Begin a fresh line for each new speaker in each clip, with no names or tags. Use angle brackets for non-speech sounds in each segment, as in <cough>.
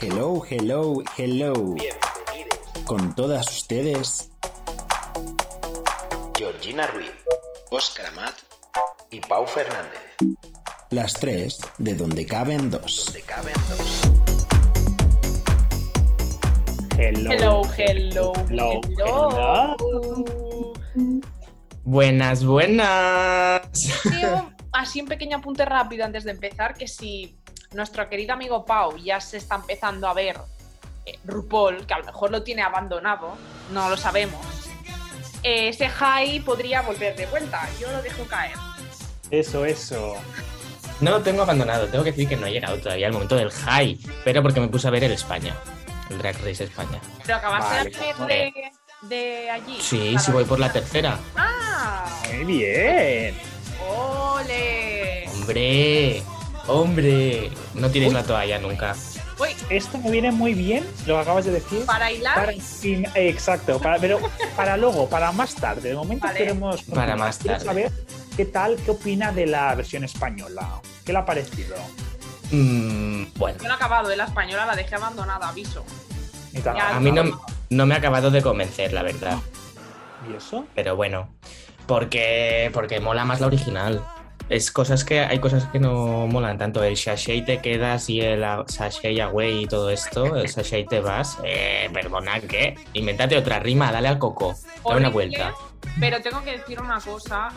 Hello, hello, hello.
Bienvenidos.
Con todas ustedes,
Georgina Ruiz,
Oscar Amat,
y Pau Fernández.
las tres de donde caben dos.
Donde caben dos.
Hello.
Hello, hello,
Hello,
hello.
Buenas, buenas.
Creo, así un pequeño apunte rápido antes de empezar, que si nuestro querido amigo Pau ya se está empezando a ver eh, RuPaul, que a lo mejor lo tiene abandonado, no lo sabemos, eh, ese high podría volver de vuelta. Yo lo dejo caer.
Eso, eso.
No lo tengo abandonado, tengo que decir que no he llegado todavía al momento del high, pero porque me puse a ver el España, el Drag Race España.
Pero acabaste
Vale,
de, ver de, de allí.
Sí,
Claro.
sí voy por la tercera.
¡Ah!
Muy bien.
¡Ole!
Hombre, hombre, no tiréis la toalla nunca.
Uy,
Esto me viene muy bien, lo que acabas de decir.
para hilar,
Para- sí, exacto, para, pero para luego, para más tarde. De momento
Vale.
queremos
Para más
Quiero
tarde.
saber qué tal, qué opina de la versión española. ¿Qué le ha parecido?
Mm, bueno,
yo lo he acabado, eh, la española la dejé abandonada, aviso.
Y tal.
Ya,
a mí no, no me ha acabado de convencer, la verdad,
¿Y eso?
pero bueno, porque, porque mola más la original. Es cosas que hay cosas que no molan tanto. El sachet te quedas y el a- sachet away y todo esto. El sachet te vas. Eh, perdona, ¿qué? Inventate otra rima, dale al coco. Dale una
Horrible,
vuelta.
Pero tengo que decir una cosa,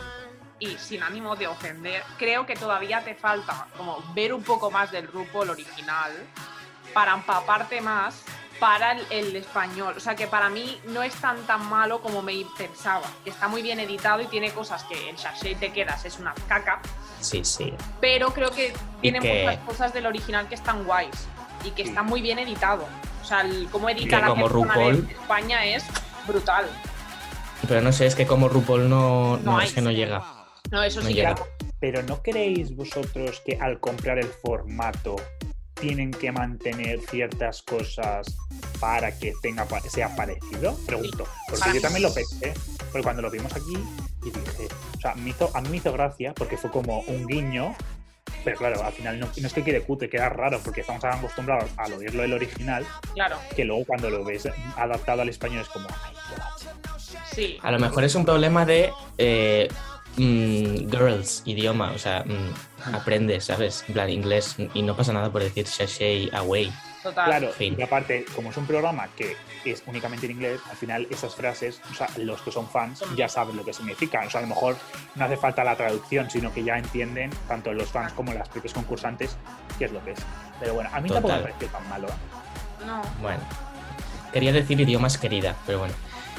y sin ánimo de ofender, creo que todavía te falta como ver un poco más del RuPaul original para empaparte más para el, el español. O sea que para mí no es tan tan malo como me pensaba. que Está muy bien editado y tiene cosas que en sachet te quedas, es una caca,
Sí, sí.
pero creo que tiene
que-
muchas cosas del original que están guays y que está muy bien editado. O sea, el, cómo edita
que
la
como
persona de
RuPaul-
España es brutal.
Pero no sé, es que como RuPaul no,
No
no,
hay.
es que no llega.
No, eso
No
sí que
llega.
no.
Pero ¿no creéis vosotros que al comprar el formato tienen que mantener ciertas cosas para que tenga, pa- sea parecido? Pregunto. Porque yo también lo pensé. Porque cuando lo vimos aquí y dije, o sea, me hizo, a mí me hizo gracia porque fue como un guiño. Pero claro, al final no, no es que quede cutre, queda raro porque estamos acostumbrados al oírlo del original,
Claro,
que luego cuando lo ves adaptado al español es como, ay, qué bache.
sí.
Ah,
A lo mejor es un problema de eh, mm, girls, idioma. O sea, mm, aprende, ¿sabes? En plan, inglés. Y no pasa nada por decir sachet away.
Total.
Claro,
fin.
y aparte, como es un programa que es únicamente en inglés, al final esas frases, o sea, los que son fans ya saben lo que significan. O sea, a lo mejor no hace falta la traducción, sino que ya entienden tanto los fans como las propias concursantes qué es lo que es. Pero bueno, a mí tampoco me
Total.
parece tan malo.
No.
Bueno. Quería decir idiomas querida, pero bueno.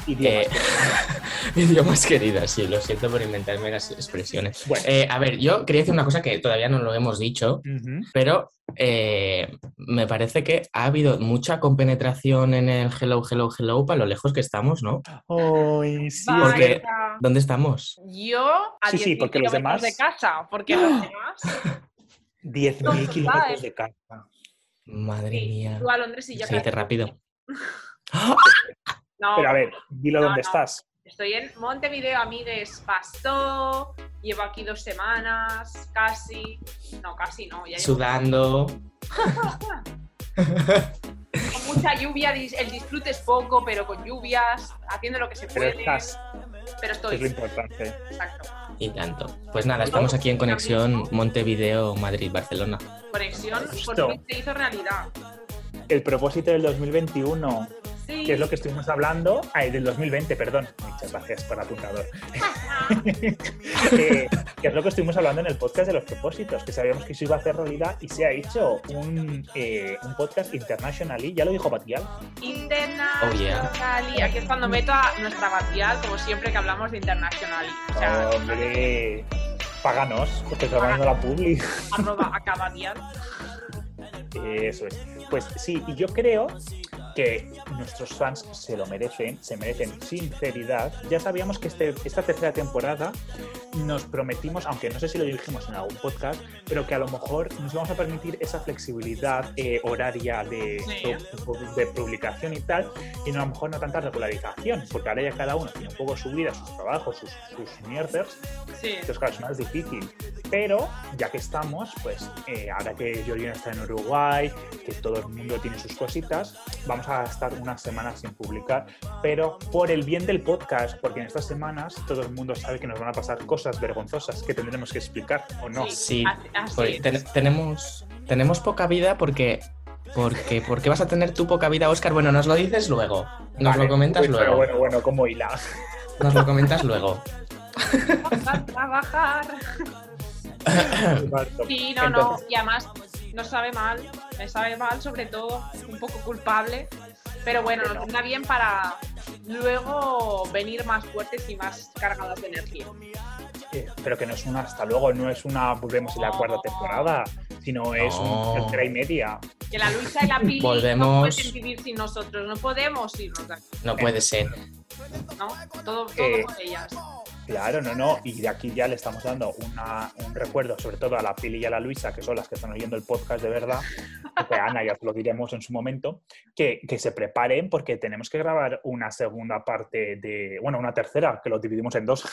Y
Eh, <laughs> idiomas queridas, sí, lo siento por inventarme las expresiones.
Bueno.
Eh, a ver, yo quería decir una cosa que todavía no lo hemos dicho,
Ujú.
pero eh, me parece que ha habido mucha compenetración en el hello, hello, hello, para lo lejos que estamos, ¿no?
Ay, sí,
Vaya.
es
Porque- ¿Dónde estamos?
Yo a
Sí, sí,
10.000
porque los demás-
kilómetros
¡Ah!
de casa, porque los demás,
10.000
No,
kilómetros
total.
de casa.
Madre
sí,
mía.
tú a Londres y yo
Se dice
casi-
rápido.
No,
Pero a ver, dilo
No,
dónde
no.
estás.
estoy en Montevideo, amigues, pasó, llevo aquí dos semanas, casi, no, casi no, ya llevo-
Sudando.
con mucha lluvia, dis- el disfrute es poco, pero con lluvias, haciendo lo que se
Pero
puede,
estás,
pero
que
estoy,
es lo importante.
exacto,
Y tanto. Pues nada, estamos aquí en conexión Montevideo, Madrid, Barcelona.
conexión, por
Justo.
fin se hizo realidad,
El propósito del 2021.
sí,
que es lo que estuvimos hablando, ah, del 2020, perdón, muchas gracias por apuntador, Eh, que es lo que estuvimos hablando en el podcast de los propósitos, que sabíamos que se iba a hacer realidad y se ha hecho un, eh, un podcast internationally, ya lo dijo Batial,
Internacional.
Oh, yeah.
Aquí es cuando meto a nuestra batial, como siempre que hablamos de internacional. O sea,
hombre, páganos, porque estamos hablando la publi.
arroba acabadial.
eh, Eso es. Pues sí, y yo creo que nuestros fans se lo merecen, se merecen sinceridad. Ya sabíamos que este- esta tercera temporada nos prometimos, aunque no sé si lo dijimos en algún podcast, pero que a lo mejor nos vamos a permitir esa flexibilidad eh, horaria de, pu- de publicación y tal, y no, a lo mejor no tanta regularización, porque ahora ya cada uno tiene un poco su vida, sus trabajos, sus, sus mierdas,
Sí.
entonces, claro, es más difícil. Pero ya que estamos, pues eh, ahora que Georgina está en Uruguay, que todo el mundo tiene sus cositas, vamos a estar unas semanas sin publicar, pero por el bien del podcast, porque en estas semanas todo el mundo sabe que nos van a pasar cosas vergonzosas que tendremos que explicar o no.
Sí,
así- así
Pues
es.
ten- tenemos, tenemos poca vida porque, porque. ¿Por qué vas a tener tú poca vida, Oscar? Bueno, nos lo dices luego. Nos
Vale.
lo comentas
Uy,
luego.
Pero bueno, bueno, como
<laughs>
hila.
Nos lo
<laughs>
comentas luego.
Vamos a trabajar. Sí, no,
Entonces,
no. Y además, no sabe mal. Me sabe mal, sobre todo, un poco culpable. Pero bueno,
Bueno.
nos vendrá bien para luego venir más fuertes y más cargadas de energía.
Eh, pero que no es una hasta luego, no es una volvemos en la cuarta temporada, sino es
No.
una tercera y media.
Que la Luisa y la Pili no
Volvemos.
pueden vivir sin nosotros. No podemos irnos de aquí,
No puede ser.
¿no? Todo, todo
Eh,
por ellas.
Claro, no, no. Y de aquí ya le estamos dando una- un recuerdo, sobre todo a la Pili y a la Luisa, que son las que están oyendo el podcast de verdad. Porque a Ana ya te lo diremos en su momento. Que, que se preparen porque tenemos que grabar una segunda parte de. Bueno, una tercera, que lo dividimos en dos.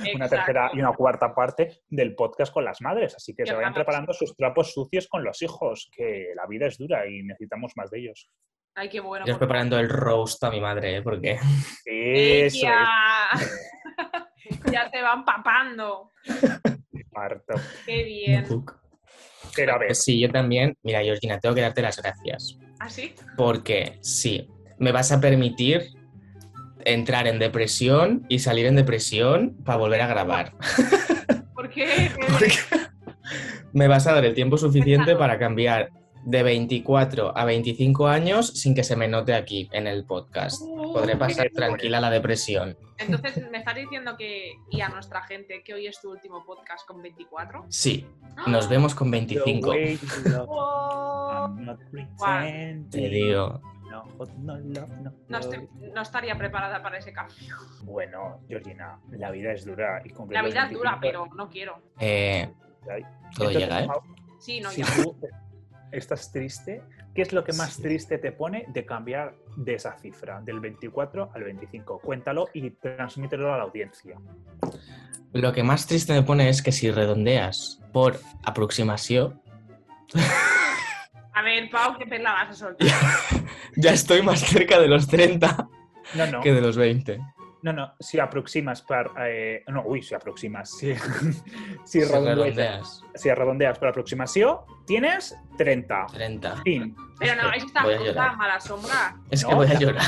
Una
Exacto.
tercera y una cuarta parte del podcast con las madres. Así que
Que
se vayan
vamos.
preparando sus trapos sucios con los hijos, que la vida es dura y necesitamos más de ellos.
Ay, qué bueno.
Yo
por favor.
preparando el roast a mi madre, ¿eh? porque
Eso es
ya. <laughs> ya te van papando.
parto.
Qué
<laughs>
bien.
Pero a ver,
Pues sí, yo también. Mira, Georgina, tengo que darte las gracias.
¿Así?
Porque sí, me vas a permitir entrar en depresión y salir en depresión para volver a grabar.
¿Por
<laughs>
qué?
Porque me vas a dar el tiempo suficiente
Cuéntanos.
para cambiar de 24 a 25 años sin que se me note aquí en el podcast.
Uh,
Podré pasar
qué
tranquila la depresión.
Entonces, me estás diciendo que, y a nuestra gente, que hoy es tu último podcast con 24.
Sí, nos vemos con 25.
The way you love
<laughs> Oh.
I'm not
Guau.
Te
pretending.
digo.
No, no, no, no,
No,
no.
estoy- no estaría preparada para ese café.
Bueno, Georgina, la vida es dura y cumplir
La
los
vida es dura,
25
pero no quiero.
eh,
Ay.
todo
Entonces,
llega, ¿eh?
Mau,
Sí, no,
si
ya.
tú estás triste, ¿qué es lo que más
Sí.
triste te pone de cambiar de esa cifra, del 24 al 25? Cuéntalo y transmítelo a la audiencia.
Lo que más triste me pone es que si redondeas por aproximación,
A ver, Pau, qué perla vas a soltar.
<laughs> ya estoy más cerca de los 30
No, no,
que de los 20.
no, no. Si aproximas para. eh, no, uy, si aproximas. Si, <laughs> si,
Si
redondeas,
redondeas
si redondeas por aproximación, tienes 30.
30.
Fin.
Pero no,
es
es
que
esta
voy a
puta
llorar.
mala sombra.
Es que
No,
voy a
ya.
llorar.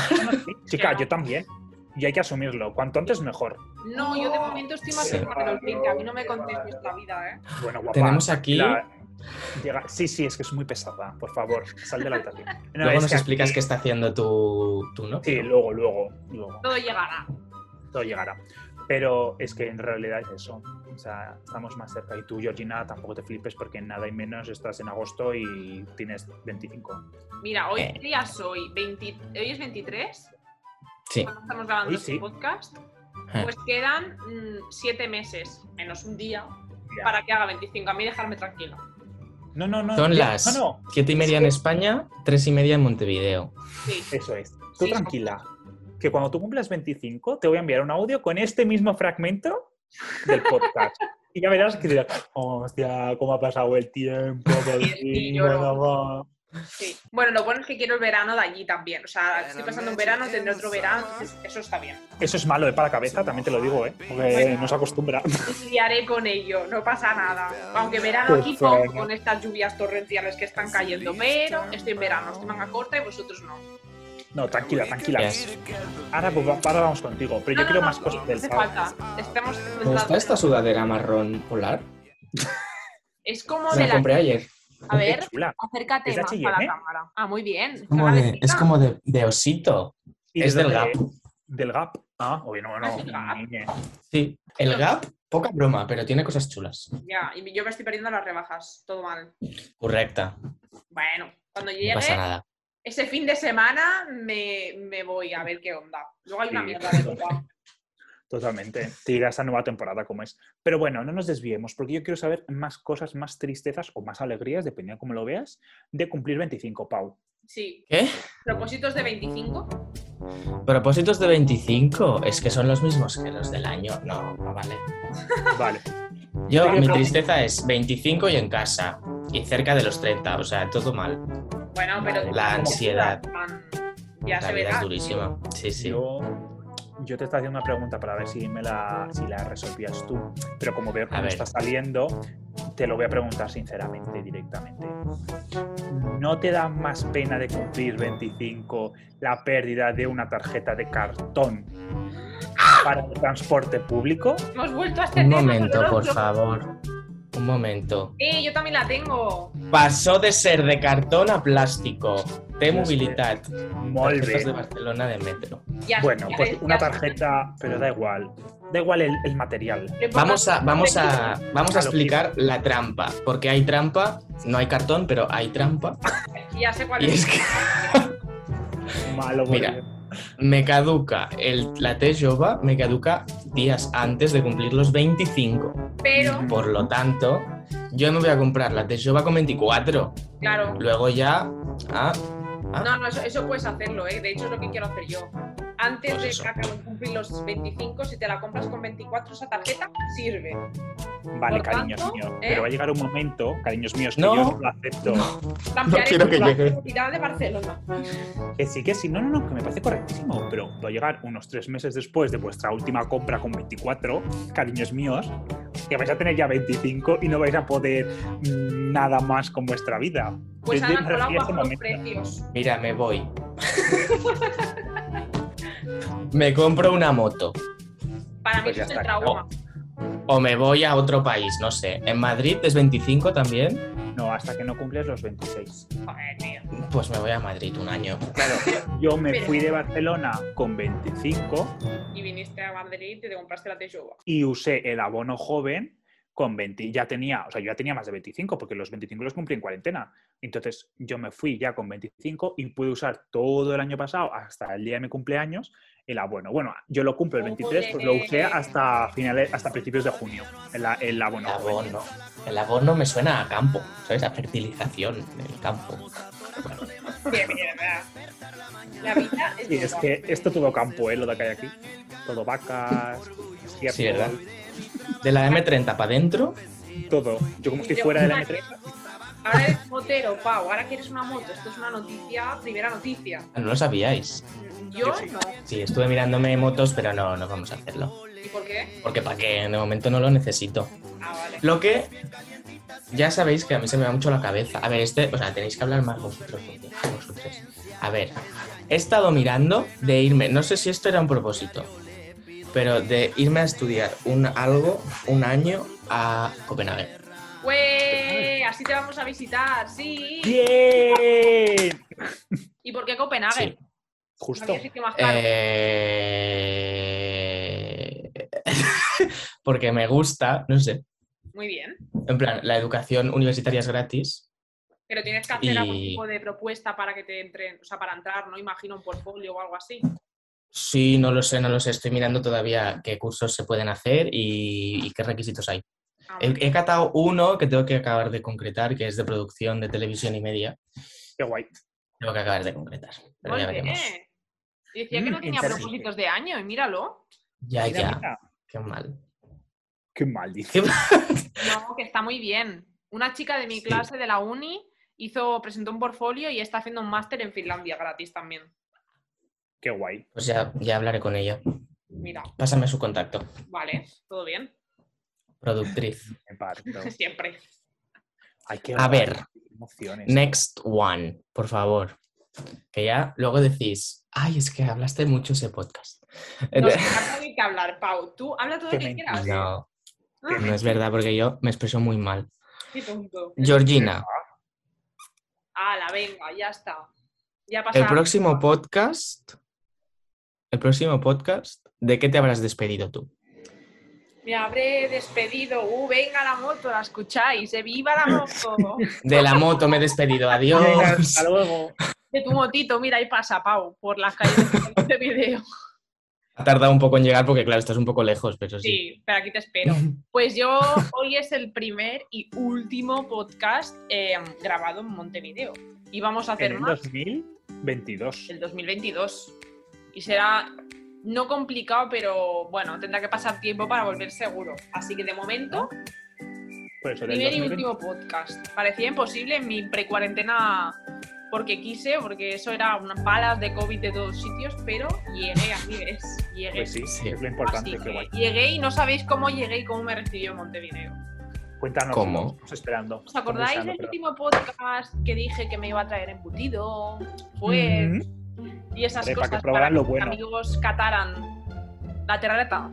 Chica,
no.
yo también. Y hay que asumirlo. Cuanto antes, mejor.
No, yo de momento estoy más
Sí.
cerca de los 20. A mí no me contéis vuestra vida, ¿eh?
Bueno, guapa.
Tenemos aquí.
la- llega- Sí, sí, es que es muy pesada. Por favor, sal de la habitación. No,
Luego
es
nos
que
explicas
aquí-
qué está haciendo tu, tu novio.
Sí, luego, luego, luego.
Todo llegará.
Todo llegará. Pero es que en realidad es eso. O sea, estamos más cerca. Y tú, Georgina, tampoco te flipes porque nada y menos estás en agosto y tienes 25.
Mira, hoy
Eh.
qué día soy 20 hoy es 23,
Sí.
cuando estamos grabando
Hoy
este
sí.
podcast,
Eh.
pues quedan mm, siete meses, menos un día,
Ya.
para que haga 25. A mí dejarme tranquilo.
No, no, no.
Son
ya-
las
No, no.
7 y media en España, 3 y media en Montevideo.
<laughs>
Sí.
Eso es. Tú
Sí.
tranquila. Que cuando tú cumplas 25, te voy a enviar un audio con este mismo fragmento del
<laughs>
podcast. y ya verás que dirás, hostia, cómo ha pasado el
<laughs>
tiempo. por
Sí, sí,
fin,
lloro.
nada más".
Sí. Bueno, lo bueno es que quiero el verano de allí también. O sea, estoy pasando un verano, tendré otro verano, entonces eso está bien.
Eso es malo de para la cabeza, también te lo digo, ¿eh? Porque no se acostumbra. <laughs>
Lidiaré con ello, no pasa nada. Aunque verano
Pues
aquí poco,
bueno.
con estas lluvias torrenciales que están cayendo, pero estoy en verano, estoy en manga corta y vosotros no.
No, tranquila, tranquila.
Yes.
Ahora, pues, va- ahora vamos contigo, pero
No,
yo
no,
quiero
no,
más
no,
cosas
no
del
hace
sábado.
falta. Estamos
¿Me gusta esta sudadera marrón polar?
Es como
Me
de
la
la.
compré ayer.
A ver,
Qué chula.
acércate
Es de
más
H&M,
a la
¿eh?
cámara. Ah, muy bien.
Es como
Está
de, es
grandecita.
como de, de osito.
¿Y
Es
de
del
dónde-
Gap.
Del Gap. Ah, oye, no,
Ah,
no.
es del Gap.
niñe.
Sí. El Gap, poca broma, pero tiene cosas chulas.
Ya, y yo me estoy perdiendo las rebajas. Todo mal.
Correcta.
Bueno, cuando
No pasa
llegue,
nada.
Ese fin de semana me, me voy a ver qué onda. Luego hay una
Sí,
mierda de copa.
Totalmente. Te llega esta nueva temporada como es. Pero bueno, no nos desviemos, porque yo quiero saber más cosas, más tristezas o más alegrías, dependiendo de cómo lo veas, de cumplir 25, Pau.
Sí.
¿Qué?
Propósitos de 25.
Propósitos de 25. Es que son los mismos que los del año. No, no vale.
Vale.
Yo,
Pero
mi
no.
tristeza es 25 y en casa. Y cerca de los 30, o sea, todo mal.
Bueno, pero.
La ansiedad.
Ya
La
se
vida es
verá.
durísima. Sí, sí.
Yo, yo te estaba haciendo una pregunta para ver si me la, si la resolvías tú, pero como veo que
A
no
ver.
está saliendo, te lo voy a preguntar sinceramente, directamente. ¿No te da más pena de cumplir 25 la pérdida de una tarjeta de cartón para el transporte público?
Hemos vuelto a este
Un
tema
momento, por
doloroso.
favor. Un momento.
Eh, yo también la tengo.
Pasó de ser de cartón a plástico. De movilidad.
Molt
Tarjetas
bé.
de Barcelona de metro.
Ya-
Bueno,
ya
pues
ves,
una
ya-
tarjeta, pero da igual. Da igual el, el material.
Qué poca-
Vamos a, vamos a, vamos a
A lo
explicar la trampa. Porque hay trampa, no hay cartón, pero hay trampa.
Ya sé cuál
Y
es.
es que
Malo,
Mira.
porque-
me caduca el, la T jova, me caduca días antes de cumplir los 25.
Pero,
Por lo tanto, yo me voy a comprar la T jova con 24.
claro.
Luego ya. Ah,
No, no, eso, eso puedes hacerlo, ¿eh? De hecho, es lo que quiero hacer yo. Antes
Pues
de
eso.
que acaben de cumplir los 25, si te la compras con 24 esa tarjeta, sirve.
Vale,
Por
cariños
tanto,
míos.
¿eh?
Pero va a llegar un momento, cariños míos, que
No.
yo no lo acepto.
Cambiar
quiero que
el plan
llegue.
de seguridad de Barcelona. Pues
Que sí, que sí, no, no, no, que me parece correctísimo, pero va a llegar unos tres meses después de vuestra última compra con 24, cariños míos, que vais a tener ya 25 y no vais a poder mm, nada más con vuestra vida.
Pues
Yo- yo
Ana
me refiero
Colau
a ese
bajó los
momento.
precios.
mira, me voy. <laughs> me compro una moto.
Para mí
Pues ya
eso es el
está,
trauma.
O me voy a otro país, no sé. En Madrid es 25 también.
No, hasta que no cumples los 26.
Joder, tío.
Pues me voy a Madrid un año.
Yo me
Pero-
fui de Barcelona con 25
Y viniste a Madrid y te compraste la Tejuba.
y usé el abono joven con 20. Ya tenía, o sea, yo ya tenía más de 25 porque los 25 los cumplí en cuarentena. Entonces, yo me fui ya con 25 y pude usar todo el año pasado hasta el día de mi cumpleaños el abono. Bueno, yo lo cumplo el 23, pues lo usé hasta finales hasta principios de junio, el, a- el abono.
El
joven.
abono. El abono me suena a campo, ¿sabes? A fertilización del campo.
Qué mierda. La vida es,
Y es
dura.
que esto todo campo, ¿eh? Lo de que hay aquí. Todo vacas, ciervos,
Sí, ¿verdad? De la M30 para adentro,
todo. Yo como estoy fuera de la M3,
Ahora eres motero, Pau. Ahora quieres una moto. Esto es una noticia, primera noticia.
no lo sabíais.
Yo
Yo sí.
no.
Sí, estuve mirándome motos, pero no, no vamos a hacerlo.
¿Y por qué?
Porque para qué, de momento no lo necesito.
Ah, vale.
Lo que ya sabéis que a mí se me va mucho la cabeza. A ver, este, o sea, tenéis que hablar más vosotros, porque vosotros. A ver, he estado mirando de irme, no sé si esto era un propósito, pero de irme a estudiar un algo, un año a Copenhague.
¡Güey! Pues, Así te vamos a visitar, sí.
¡Bien!
¿Y por qué Copenhague?
Sí.
No
Justo.
había sitio más caro.
Eh, <laughs> Porque me gusta, no sé.
Muy bien.
En plan, la educación universitaria es gratis.
Pero tienes que hacer
y-
algún tipo de propuesta para que te entren, o sea, para entrar, ¿no? Imagino un portfolio o algo así.
Sí, no lo sé, no lo sé. Estoy mirando todavía qué cursos se pueden hacer y, y qué requisitos hay.
Ah, bueno.
He, he catado uno que tengo que acabar de concretar, que es de producción de televisión y media.
Qué guay.
Tengo que acabar de concretar. Pero ya
Muy bien.
veremos.
Y Decía que no
Mm,
tenía
interesante.
propósitos de año, y míralo.
Ya,
Mira,
ya.
mira.
Qué mal.
Qué maldito.
No, que está muy bien. Una chica de mi clase de la uni hizo, presentó un portfolio y está haciendo un máster en Finlandia gratis también.
Qué guay.
Pues ya, ya hablaré con ella.
Mira,
Pásame su contacto.
vale, todo bien. <laughs>
Productriz.
Me
<laughs>
parto.
Siempre.
Ay, qué
A
guay,
ver.
qué emociones.
Next one, por favor. Que ya luego decís, ay, es que hablaste mucho ese podcast.
No sé, habla de qué hablar, Pau. Tú habla todo lo
Qué
que
mentira.
quieras.
No,
Ah,
no es verdad, porque yo me expreso muy mal.
qué tonto.
Georgina,
Ala, venga, ya está. Ya
el
pasamos.
próximo podcast, el próximo podcast, ¿de qué te habrás despedido tú?
Me habré despedido. Uh, venga la moto, la escucháis. eh, ¡Viva la moto!
De la moto me he despedido,
Venga,
<laughs> adiós.
hasta luego.
de tu motito, mira, ahí pasa Pau por las calles de <laughs> este video.
Ha tardado un poco en llegar porque, claro, estás un poco lejos, pero sí.
Sí, pero aquí te espero. Pues yo hoy es el primer y último podcast eh, grabado en Montevideo. Y vamos a
En
hacer
el
más
2022.
el 2022. Y será no complicado, pero bueno, tendrá que pasar tiempo para volver seguro. Así que de momento,
Por eso, del
primer y
2020.
último podcast. Parecía imposible en mi precuarentena porque quise, porque eso era unas balas de COVID de todos sitios, pero llegué, amigues, llegué.
Pues sí,
Sí.
es lo
Así
importante.
que
Que guay.
llegué y no sabéis cómo llegué y cómo me recibió Montevideo.
Cuéntanos,
¿Cómo?
estamos esperando.
¿Os acordáis
Estamos
del
esperando,
último podcast que dije que me iba a traer embutido? Pues
Mhm.
y esas
Hombre, para que
cosas
probaran lo
mis
bueno.
amigos cataran la terreta.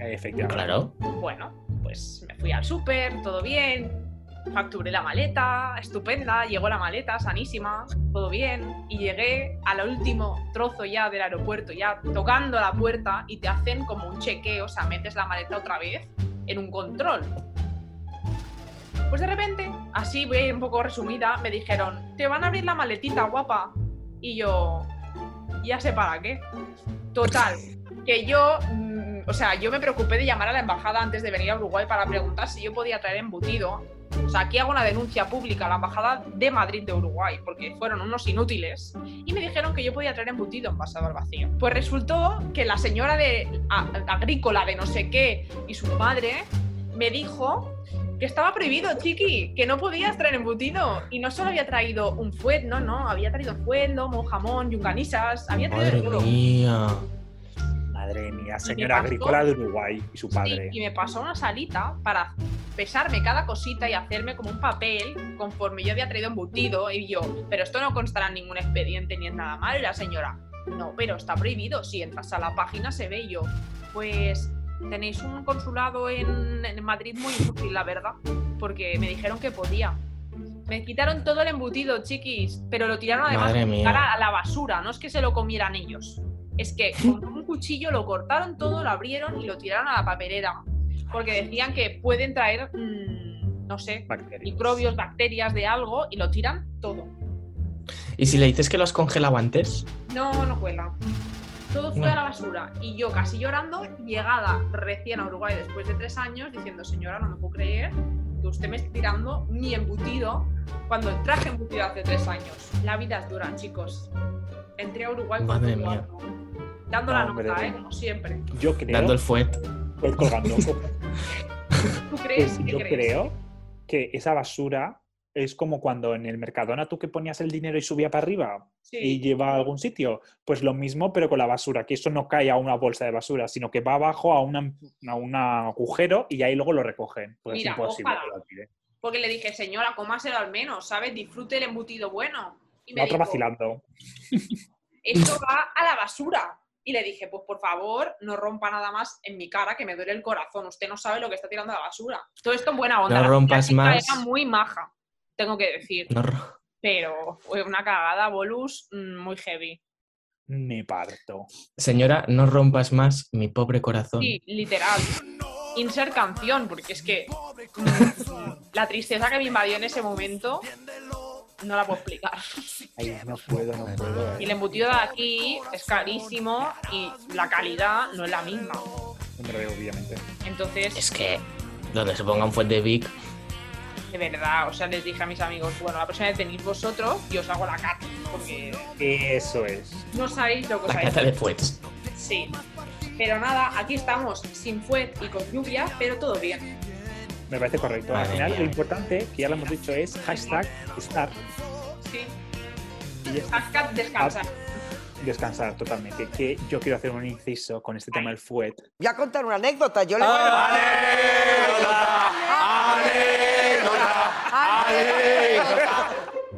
Eh, Efectivamente.
Claro.
Bueno, pues me fui al súper, todo bien, facturé la maleta, estupenda, llegó la maleta, sanísima, todo bien, y llegué al último trozo ya del aeropuerto, ya tocando la puerta y te hacen como un chequeo, o sea, metes la maleta otra vez en un control. Pues de repente, así voy a ir un poco resumida, me dijeron, te van a abrir la maletita, guapa. Y yo, ya sé para qué. Total, que yo, mm, o sea, yo me preocupé de llamar a la embajada antes de venir a Uruguay para preguntar si yo podía traer embutido. O sea, aquí hago una denuncia pública a la embajada de Madrid de Uruguay, porque fueron unos inútiles. Y me dijeron que yo podía traer embutido envasado al vacío. Pues resultó que la señora de a- agrícola de no sé qué y su madre me dijo que estaba prohibido, chiqui, que no podías traer embutido. Y no solo había traído un fuet, no, no, había traído fuendo, mojamón, yunganisas, había traído
Madre
de todo.
mía.
Madre mía,
me
señora
pasó.
agrícola de Uruguay y su padre.
Sí, y me pasó una salita para pesarme cada cosita y hacerme como un papel conforme yo había traído embutido y yo, pero esto no constará en ningún expediente ni en nada malo. Y la señora, no, pero está prohibido. Si entras a la página se ve y yo, pues tenéis un consulado en, en Madrid muy útil, la verdad, porque me dijeron que podía. Me quitaron todo el embutido, chiquis, pero lo tiraron además
Madre mía.
cara a la basura, no es que se lo comieran ellos. Es que con un cuchillo lo cortaron todo, lo abrieron y lo tiraron a la papelera. Porque decían que pueden traer, mm, no sé,
Bacterias.
microbios, bacterias de algo y lo tiran todo.
¿Y si le dices que lo has congelado antes?
No, no cuela. Todo fue
No.
a la basura. Y yo casi llorando, llegada recién a Uruguay después de tres años, diciendo, señora, no me puedo creer que usted me esté tirando mi embutido cuando traje embutido hace tres años. La vida es dura, chicos. Entré a Uruguay con
Madre
un
mía.
cuarto, Dando la
Hombre.
nota, ¿eh? Como siempre.
Yo creo.
Dando el fuet.
Voy colgando. <laughs>
<laughs>
pues
¿Tú crees? ¿Qué
yo
crees?
creo que esa basura es como cuando en el Mercadona tú que ponías el dinero y subía para arriba
Sí.
y lleva a algún sitio. Pues lo mismo, pero con la basura, que eso no cae a una bolsa de basura, sino que va abajo a, una, a un agujero y ahí luego lo recogen. Pues
Mira,
es imposible
ojalá.
que lo tire.
Porque le dije, señora, cómaselo al menos, ¿sabes? Disfrute el embutido bueno. Y me
La otra
dijo,
vacilando.
esto va a la basura. Y le dije, pues por favor, no rompa nada más en mi cara, que me duele el corazón. Usted no sabe lo que está tirando a la basura. Todo esto en buena onda.
No
La
rompas
chica
más.
Era muy maja, tengo que decir.
No ro-
Pero fue una cagada, Bolus, mm, muy heavy.
Me parto.
Señora, no rompas más mi pobre corazón.
Sí, literal. Insert canción, porque es que mm, la tristeza que me invadió en ese momento no la puedo explicar.
Ay, no puedo, no puedo.
Y el embutido de aquí es carísimo y la calidad no es la misma.
Hombre, obviamente.
Entonces,
Es que donde se ponga un fuet de Vic,
De verdad, o sea, les dije a mis amigos, bueno, la próxima vez venís vosotros y os hago la cata, porque
Eso es.
no sabéis lo que os
la
habéis
cata de fuets.
Sí. Pero nada, aquí estamos, sin fuet y con lluvia, pero todo bien.
Me parece correcto. Al
Madre
final,
mía.
lo importante, que ya lo hemos dicho, es hashtag estar
Sí.
y ya está.
Hashtag descansa.
Ah,
descansar totalmente. Que yo quiero hacer un inciso con este tema del fuet.
Voy a contar una anécdota. Yo le voy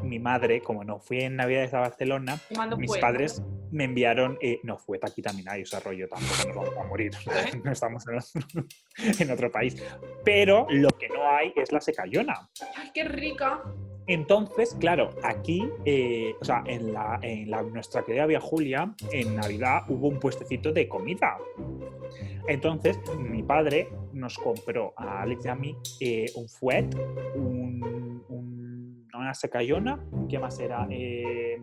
Mi madre, como no fui en Navidades a Barcelona,
Te mando
mis
fuet.
padres me enviaron. eh, no, fuet aquí también hay, o sea, rollo, tampoco nos vamos a morir. <laughs> no estamos en otro, <laughs> en otro país. Pero lo que no hay es la secayona.
Ay, qué rica.
Entonces, claro, aquí, eh, o sea, en, la, en la- nuestra querida Vía Julia, en Navidad hubo un puestecito de comida. Entonces, mi padre nos compró a Alex y a mí eh, un fuet, un, un- una secayona, ¿qué más era? Eh,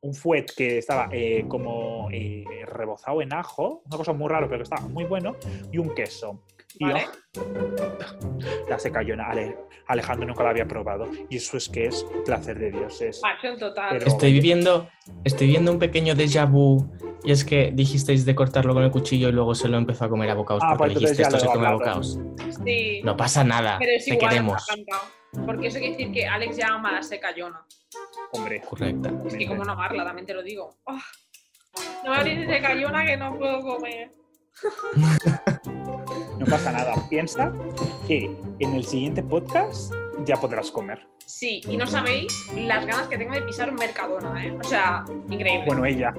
un fuet que estaba eh, como eh, rebozado en ajo, una cosa muy rara, pero que estaba muy bueno, y un queso. Y
Vale.
ah, la secayona, Ale- Alejandro nunca la había probado, y eso es que es placer de dioses.
Pasión total.
Pero-
Estoy viviendo, estoy viviendo un pequeño déjà vu. Y es que dijisteis de cortarlo con el cuchillo y luego se lo empezó a comer a bocaos.
Ah, pues
porque
entonces
dijiste
ya
esto
lo
se come a
hablamos.
bocaos.
Sí.
No pasa nada.
pero es
Te
igual,
queremos.
me ha encantado. Porque eso quiere decir que Alex ya ama la secayona.
Hombre,
Correcta.
Es que como no amarla, también te lo digo. Ah, No me abrí secayona que no puedo comer.
no pasa nada. Piensa que en el siguiente podcast ya podrás comer.
Sí, y no sabéis las ganas que tengo de pisar un Mercadona, ¿eh? O sea, increíble.
Bueno, ella.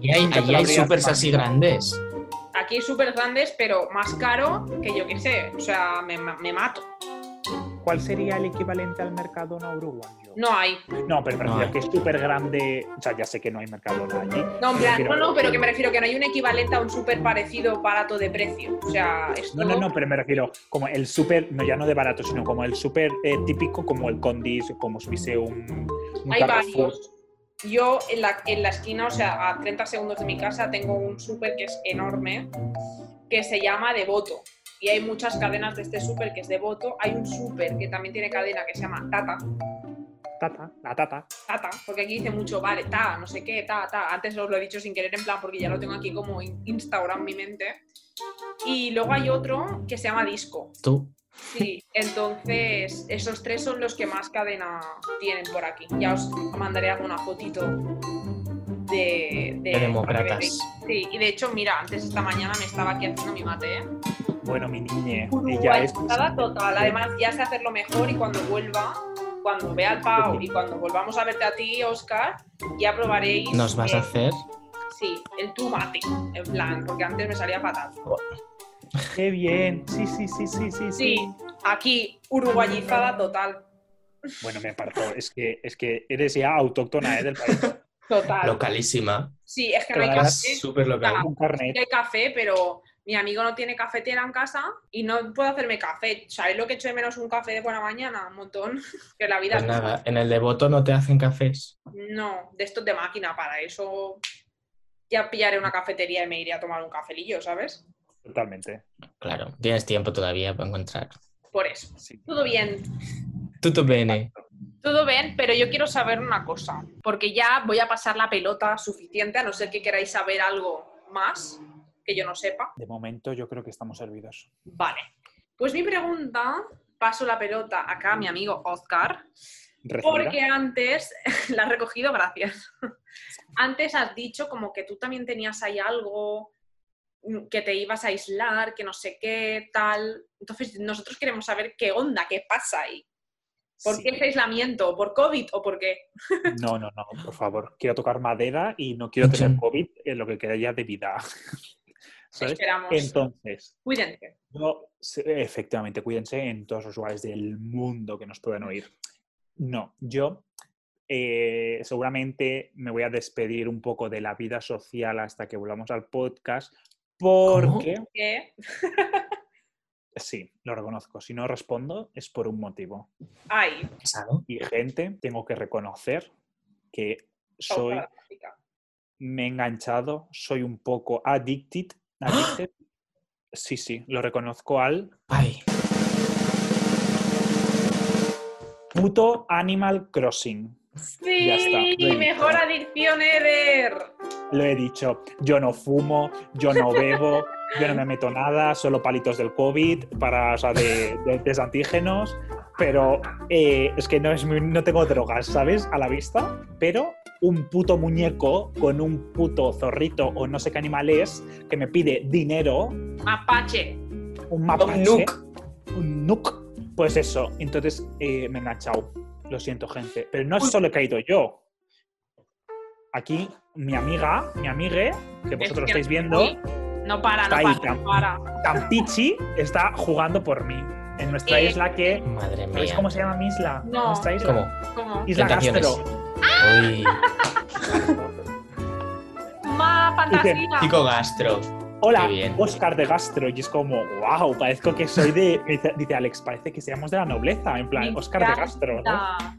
Y hay,
Nunca te
allí
lo
hay
habrías
supers así grandes.
Aquí súper grandes, pero más caro que yo qué sé. O sea, me, me mato.
¿Cuál sería el equivalente al Mercadona uruguayo?
No hay.
No, pero me
No
refiero
hay.
que es súper grande. O sea, ya sé que no hay Mercadona allí.
No, en plan,
Pero- eh,
no, no, pero que me refiero que no hay un equivalente a un súper parecido barato de precio. O sea, esto...
No, no, no, pero me refiero como el súper, no ya no de barato, sino como el súper eh, típico, como el Condis, como si fuese un, un
Hay
Carrefour.
varios. Yo en la, en la esquina, o sea, a 30 segundos de mi casa, tengo un súper que es enorme, que se llama Devoto. Y hay muchas cadenas de este súper que es Devoto. Hay un súper que también tiene cadena que se llama Tata.
Tata, la tata.
Tata, porque aquí dice mucho, vale, ta, no sé qué, ta, ta. Antes os lo he dicho sin querer, en plan, porque ya lo tengo aquí como in- instaurado en mi mente. Y luego hay otro que se llama Disco.
Tú.
Sí, entonces esos tres son los que más cadena tienen por aquí. Ya os mandaré alguna fotito de,
De demócratas.
Sí, y de hecho, mira, antes esta mañana me estaba aquí haciendo mi mate, ¿eh?
Bueno, mi niña, ella es.
pues,
Uruguayizada total. Además, ya sé hacerlo mejor y cuando vuelva, cuando vea al Pau y cuando volvamos a verte a ti, Oscar, ya probaréis.
Nos vas a
eh,
hacer.
Sí, el tu mate, en plan, porque antes me salía fatal.
Qué bien. Sí, sí, sí, sí, sí, sí.
Sí, aquí, uruguayizada total.
Bueno, me parto. Es que, es que eres ya autóctona ¿eh? del país.
Total.
Localísima.
Sí, es que no hay
Claro.
café.
Súper local.
Un
que
carnet.
hay café, pero mi amigo no tiene cafetera en casa y no puedo hacerme café. ¿Sabéis lo que echo de menos un café de buena mañana? Un montón. <laughs> que la vida
Pues nada, en el devoto no te hacen cafés.
no, de estos de máquina, para eso ya pillaré una cafetería y me iré a tomar un cafelillo, ¿sabes?
Totalmente.
Claro, tienes tiempo todavía para encontrar.
Por eso.
Sí.
Todo bien,
Tutto bene.
todo bien, pero yo quiero saber una cosa, porque ya voy a pasar la pelota suficiente, a no ser que queráis saber algo más que yo no sepa.
De momento, yo creo que estamos servidos.
Vale. Pues mi pregunta, paso la pelota acá a mi amigo Oscar.
Recibida.
Porque antes, <laughs> la has recogido, gracias. <laughs> Antes has dicho como que tú también tenías ahí algo, mm, que te ibas a aislar, que no sé qué, tal. Entonces, nosotros queremos saber qué onda, qué pasa ahí. ¿Por
Sí.
qué ese aislamiento? ¿Por COVID o por qué?
No, no, no, por favor. Quiero tocar madera y no quiero tener
Mucho.
COVID en lo que queda ya de vida. <laughs> ¿Sabes?
Esperamos.
Entonces,
Cuídense.
no, se- efectivamente, cuídense en todos los lugares del mundo que nos puedan oír. No, yo eh, seguramente me voy a despedir un poco de la vida social hasta que volvamos al podcast porque...
¿Qué?
Sí, lo reconozco. Si no respondo es por un motivo.
Ay,
Pasado.
Y gente, tengo que reconocer que soy
pausa gráfica.
me he enganchado, soy un poco addicted. addicted. Sí, sí, lo reconozco al
Ay,
puto Animal Crossing. Ya está,
Sí,
lo he
mejor
dicho.
adicción ever.
Lo he dicho, yo no fumo, yo no bebo, yo no me meto nada, solo palitos del COVID para, o sea, de, de- de antígenos, pero eh, es que no, es, mi- no tengo drogas, ¿sabes? A la vista, pero un puto muñeco con un puto zorrito o no sé qué animal es que me pide dinero
Mapache.
un mapache, un nuke. Pues eso, entonces eh, me he enganchado. Lo siento, gente. Pero no solo he caído yo. Aquí, mi amiga, mi amigue, que vosotros estáis viendo,
Uy, No para,
Está
no
ahí,
para,
Cam.
no para.
Tampichi está jugando por mí. En nuestra
Eh.
isla que.
madre
¿Sabéis
mía.
cómo se llama mi isla?
No.
Nuestra isla.
¿Cómo?
¿Cómo?
Isla
Tentaciones.
Gastro.
Uy.
<laughs>
¡Más fantasía!
Chico gastro.
Hola,
Qué bien.
Oscar de Gastro. Y es como, wow, parezco que <laughs> soy de. me dice- Dice Alex, parece que seamos de la nobleza. En plan,
Me
Oscar de Gastro. ¿no?
encanta.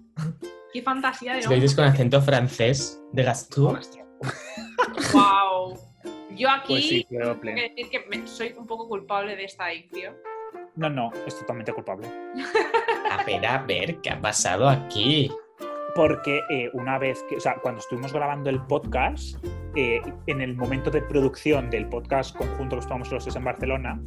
Qué fantasía de
Si lo
nombre.
dices con acento francés de Gastou,
Wow. Yo aquí
Pues sí, claro,
tengo
Plen.
que decir que me- soy un poco culpable de esta adicción.
No, no, es totalmente culpable.
a ver, a ver, ¿qué ha pasado aquí?
Porque eh, una vez que, o sea, cuando estuvimos grabando el podcast, eh, en el momento de producción del podcast conjunto que estábamos los tres en Barcelona,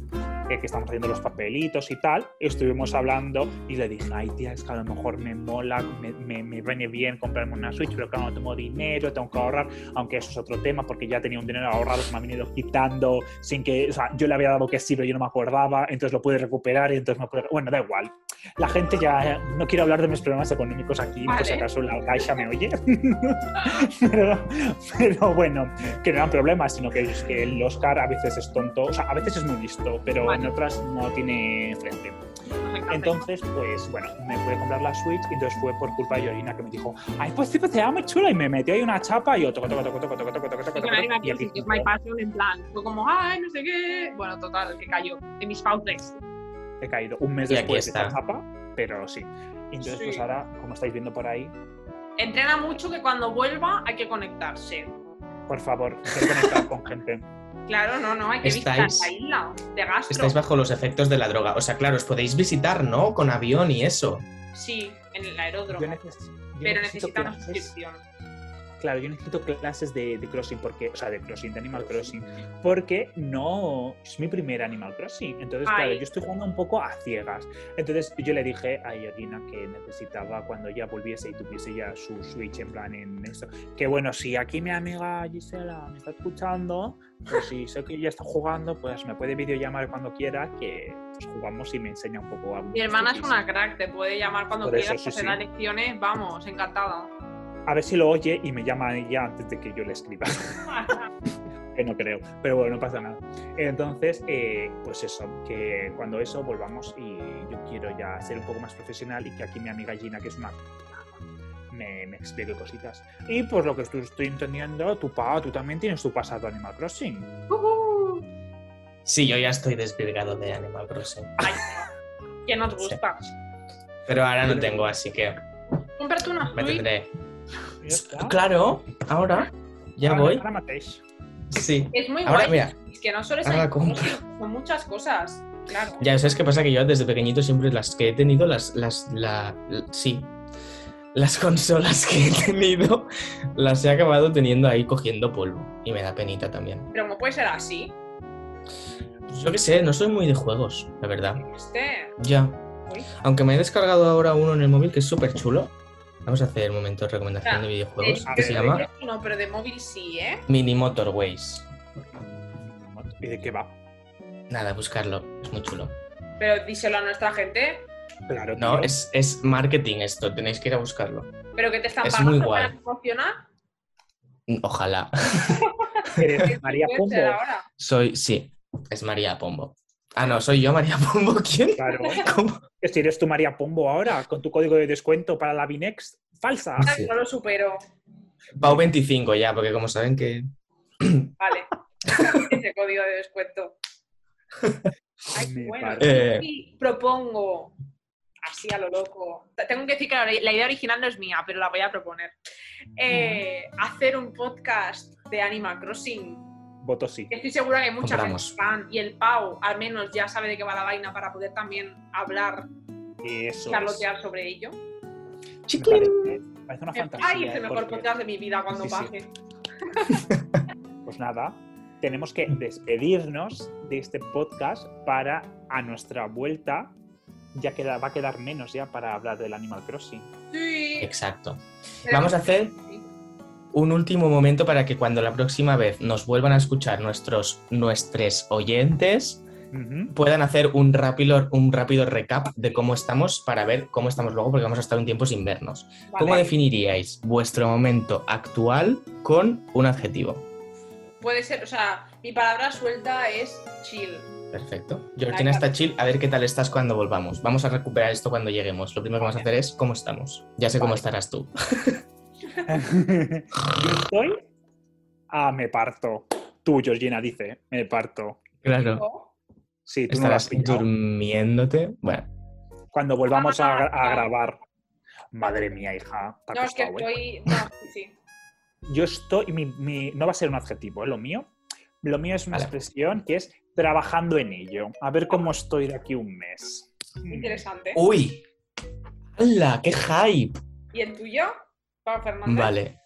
eh, que estamos haciendo los papelitos y tal, estuvimos hablando y le dije, ay tía, es que a lo mejor me mola, me, me, me viene bien comprarme una Switch, pero claro, no tengo dinero, tengo que ahorrar, aunque eso es otro tema, porque ya tenía un dinero ahorrado que me ha venido quitando sin que, o sea, yo le había dado que sí, pero yo no me acordaba, entonces lo pude recuperar y entonces me pude... Bueno, da igual. La gente ya... No quiero hablar de mis problemas económicos aquí, por si
Vale.
acaso la caixa me oye. <laughs> pero, pero bueno, que no eran problemas, sino que, es que el Oscar a veces es tonto, o sea, a veces es muy listo, pero
Vale.
en otras no tiene frente.
Me encanta.
Entonces, pues bueno, me pude comprar la Switch y entonces fue por culpa de Yorina que me dijo, ay, pues sí, pues te da muy chula y me metió ahí una chapa y yo toco, toco, toco, toco, toco, toco, toco, toco,
Y que
toco,
nadie me
y
había
el
dicho que es
disco.
my passion en plan. Fue como, ay, no sé qué. Bueno, total, que cayó de mis fauces.
he caído un mes
Y aquí
después de esta
está.
chapa, pero sí. Y Entonces,
Sí.
pues ahora, como estáis viendo por ahí,
Entrena mucho que cuando vuelva hay que conectarse.
por favor, quiero conectar con
<laughs>
gente.
Claro, no, no, hay que visitar
Estáis-
la isla de gastro.
Estáis bajo los efectos de la droga. O sea, claro, os podéis visitar, ¿no? Con avión y eso.
Sí, en el
Yo
aeródromo.
neces- yo
Pero
necesito
necesita una
clases-
suscripción.
Claro, yo necesito clases de, de crossing, porque, o sea, de crossing, de Animal Crossing, porque no es mi primer Animal Crossing. Entonces,
Ay.
claro, yo estoy jugando un poco a ciegas. Entonces, yo le dije a Yorina que necesitaba cuando ya volviese y tuviese ya su Switch en plan en esto. Que bueno, si aquí mi amiga Gisela me está escuchando, pues si sé que ella está jugando, pues me puede videollamar cuando quiera, que pues, jugamos y me enseña un poco a.
Mi hermana es una crack, te puede llamar cuando
Por eso,
quieras,
sí,
hacer
sí.
las lecciones, vamos, encantada.
<laughs> A ver si lo oye y me llama ella antes de que yo le escriba. que no creo, pero bueno, no pasa nada. Entonces, eh, pues eso, que cuando eso volvamos y yo quiero ya ser un poco más profesional y que aquí mi amiga Gina, que es una... Me, me explique cositas. Y pues lo que estu- estoy entendiendo, tu pa, tú también tienes tu pasado Animal Crossing.
Ujú.
Sí, yo ya estoy desvirgado de Animal Crossing.
Ay, que nos gusta.
Pero ahora no tengo, así que
Cómprate una
me
Switch.
tendré.
Ah, Ya está.
Claro, ahora ya
Ahora-
voy.
ahora matéis.
Sí.
Es muy
Ahora
guay.
mira,
Es que no solo es
ahora
ahí,
la compro.
son muchas cosas. Claro.
Ya, ¿sabes qué pasa? Que yo desde pequeñito siempre las que he tenido, las, las, la, l- sí, las <laughs> consolas que he tenido, las he acabado teniendo ahí cogiendo polvo. Y me da penita también.
Pero no puede ser así.
Pues yo qué sé, no soy muy de juegos, la verdad.
Este.
Ya.
Uy.
Aunque me he descargado ahora uno en el móvil que es súper chulo. Vamos a hacer un momento de recomendación de videojuegos.
Ah,
que
pero
se
de
llama
teléfono, Este, No, pero de móvil sí, ¿eh?
Mini Motorways.
¿Y de qué va?
Nada, buscarlo. Es muy chulo.
Pero díselo a nuestra gente.
Claro,
No,
tío.
es, es marketing esto. Tenéis que ir a buscarlo.
Pero que te están
Es muy
pagando
guay.
para promocionar.
Ojalá.
<laughs>
<laughs>
Eres María
Puede
Pombo.
ser ahora.
Soy, sí, es María Pombo. Ah, no, soy yo María Pombo. <laughs> ¿Quién?
Claro.
¿Cómo?
Si eres tu María Pombo ahora, con tu código de descuento para la Binext, falsa.
Ay,
Sí.
No lo supero.
Pau 25 ya, porque como saben que...
Vale. <laughs> Ese código de
<laughs>
descuento. Ay,
Me
bueno.
parece.
Eh,
Y propongo, así a lo loco, tengo que decir que la- la idea original no es mía, pero la voy a proponer, Eh, hacer un podcast de Animal Crossing.
Voto sí.
que Estoy segura que mucha
Compramos.
gente fan y el Pau al menos ya sabe de qué va la vaina para poder también hablar,
Eso. es.
charlotear sobre ello. Eh,
Me Parece, parece una fantasía.
Ay, es el mejor
porque-
podcast de mi vida cuando
Sí, sí.
baje.
Pues nada, tenemos que despedirnos de este podcast para a nuestra vuelta, ya que va a quedar menos ya para hablar del Animal Crossing.
Sí.
Exacto.
Pero-
Vamos a hacer- Un último momento para que cuando la próxima vez nos vuelvan a escuchar nuestros nuestros oyentes <laughs>
Ujú.
puedan hacer un rápido, un rápido recap de cómo estamos para ver cómo estamos luego porque vamos a estar un tiempo sin vernos. ¿Cómo
Vale.
definiríais vuestro momento actual con un adjetivo?
Puede ser, o sea, mi palabra suelta es chill.
Perfecto. Georgina está chill. A ver qué tal estás cuando volvamos. Vamos a recuperar esto cuando lleguemos. Lo primero que vamos a hacer es cómo estamos. Ya sé cómo
Vale.
estarás tú.
Yo estoy a me parto. Tú, Georgina, dice, me parto.
Claro.
¿no?
Sí, tú no lo has
Estarás
pillado.
durmiéndote. Bueno,
Cuando volvamos a, gra- a grabar. madre mía, hija. te ha
Ah, No, es que
costado, ¿eh?
estoy. No, sí, sí.
Yo estoy, mi- mi- no va a ser un adjetivo, ¿eh? lo mío. Lo mío es una
Vale.
expresión que es trabajando en ello. A ver cómo estoy de aquí un mes.
Interesante.
¡Uy! ¡Hala! ¡Qué hype!
¿Y el tuyo? Pau Fernández.
Vale.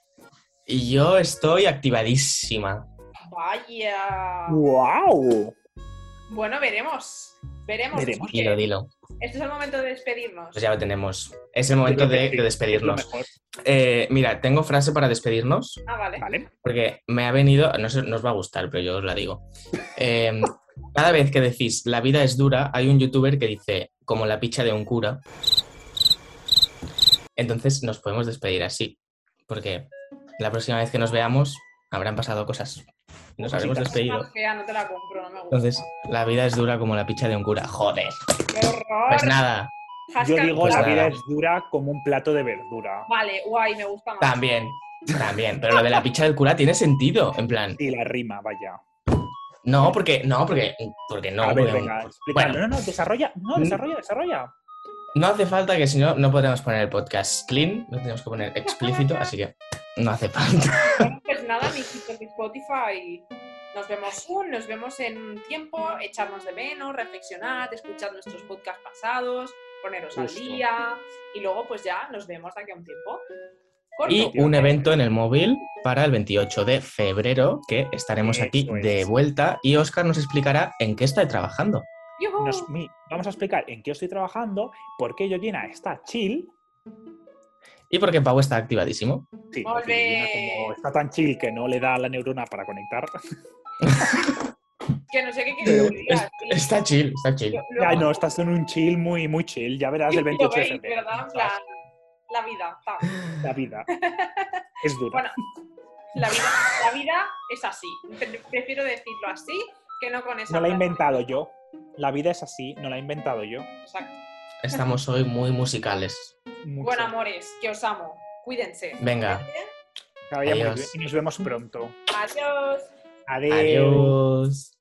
Y yo estoy activadísima.
Vaya.
¡Wow!
Bueno, veremos. Veremos.
Veremos.
porque
Dilo, dilo.
Este es el momento de despedirnos.
Pues ya lo tenemos. Es el momento de, de despedirnos. Eh, mira, tengo frase para despedirnos.
Ah, vale.
Vale.
Porque me ha venido, no sé, no os va a gustar, pero yo os la digo. Eh, cada vez que decís la vida es dura, hay un youtuber que dice como la picha de un cura. Entonces nos podemos despedir así, porque la próxima vez que nos veamos habrán pasado cosas. Nos habremos
Cositas.
despedido.
Ah, fea, no te la compro, no me gusta.
Entonces, la vida es dura como la picha de un cura. Joder.
¡Qué horror!
Pues nada,
Hashtag-
Yo digo,
Pues
la
nada.
vida es dura como un plato de verdura.
Vale, guay, me gusta más.
también, también. Pero lo de la picha del cura tiene sentido, en plan.
Y la rima, vaya.
No, porque, no, porque, porque no.
a ver,
porque-
venga, explícalo. No,
bueno.
no, desarrolla, no, desarrolla, desarrolla.
No hace falta que si no, no podremos poner el podcast clean, no tenemos que poner explícito, así que no hace falta.
Bueno, pues nada, mijitos de Spotify. Nos vemos soon, nos vemos en un tiempo, echarnos de menos, reflexionad, escuchad nuestros podcasts pasados, poneros al
Justo.
día y luego pues ya nos vemos de aquí a un tiempo. Corto.
Y un evento en el móvil para el 28 de febrero, que estaremos
Eso
aquí
es.
de vuelta y Oscar nos explicará en qué está trabajando.
Yujú.
Nos- mi- vamos a explicar en qué estoy trabajando, por qué Georgina está chill.
Y porque Pau está activadísimo.
Sí,
Molt
porque Georgina,
bé.
como está tan chill que no le da la neurona para conectar.
Que no sé qué
<laughs>
quiero decir.
Es- Está chill, está chill.
Ay, no, estás en un chill muy, muy chill. Ya
<laughs>
verás el 28 de febrero.
¿verdad?
¿sabes?
La, la vida, ta.
La
<laughs>
vida. Es dura.
Bueno, la vida, la vida es así. Pre- Prefiero decirlo así que no con esa.
no la he
frase.
inventado yo. La vida es así, no la he inventado yo.
Exacto.
Estamos hoy muy musicales.
Mucho.
Bueno, amores, que os amo. Cuídense.
Venga.
Que vaya muy
adiós.
bien y nos vemos pronto.
Adiós.
Adiós.
Adiós.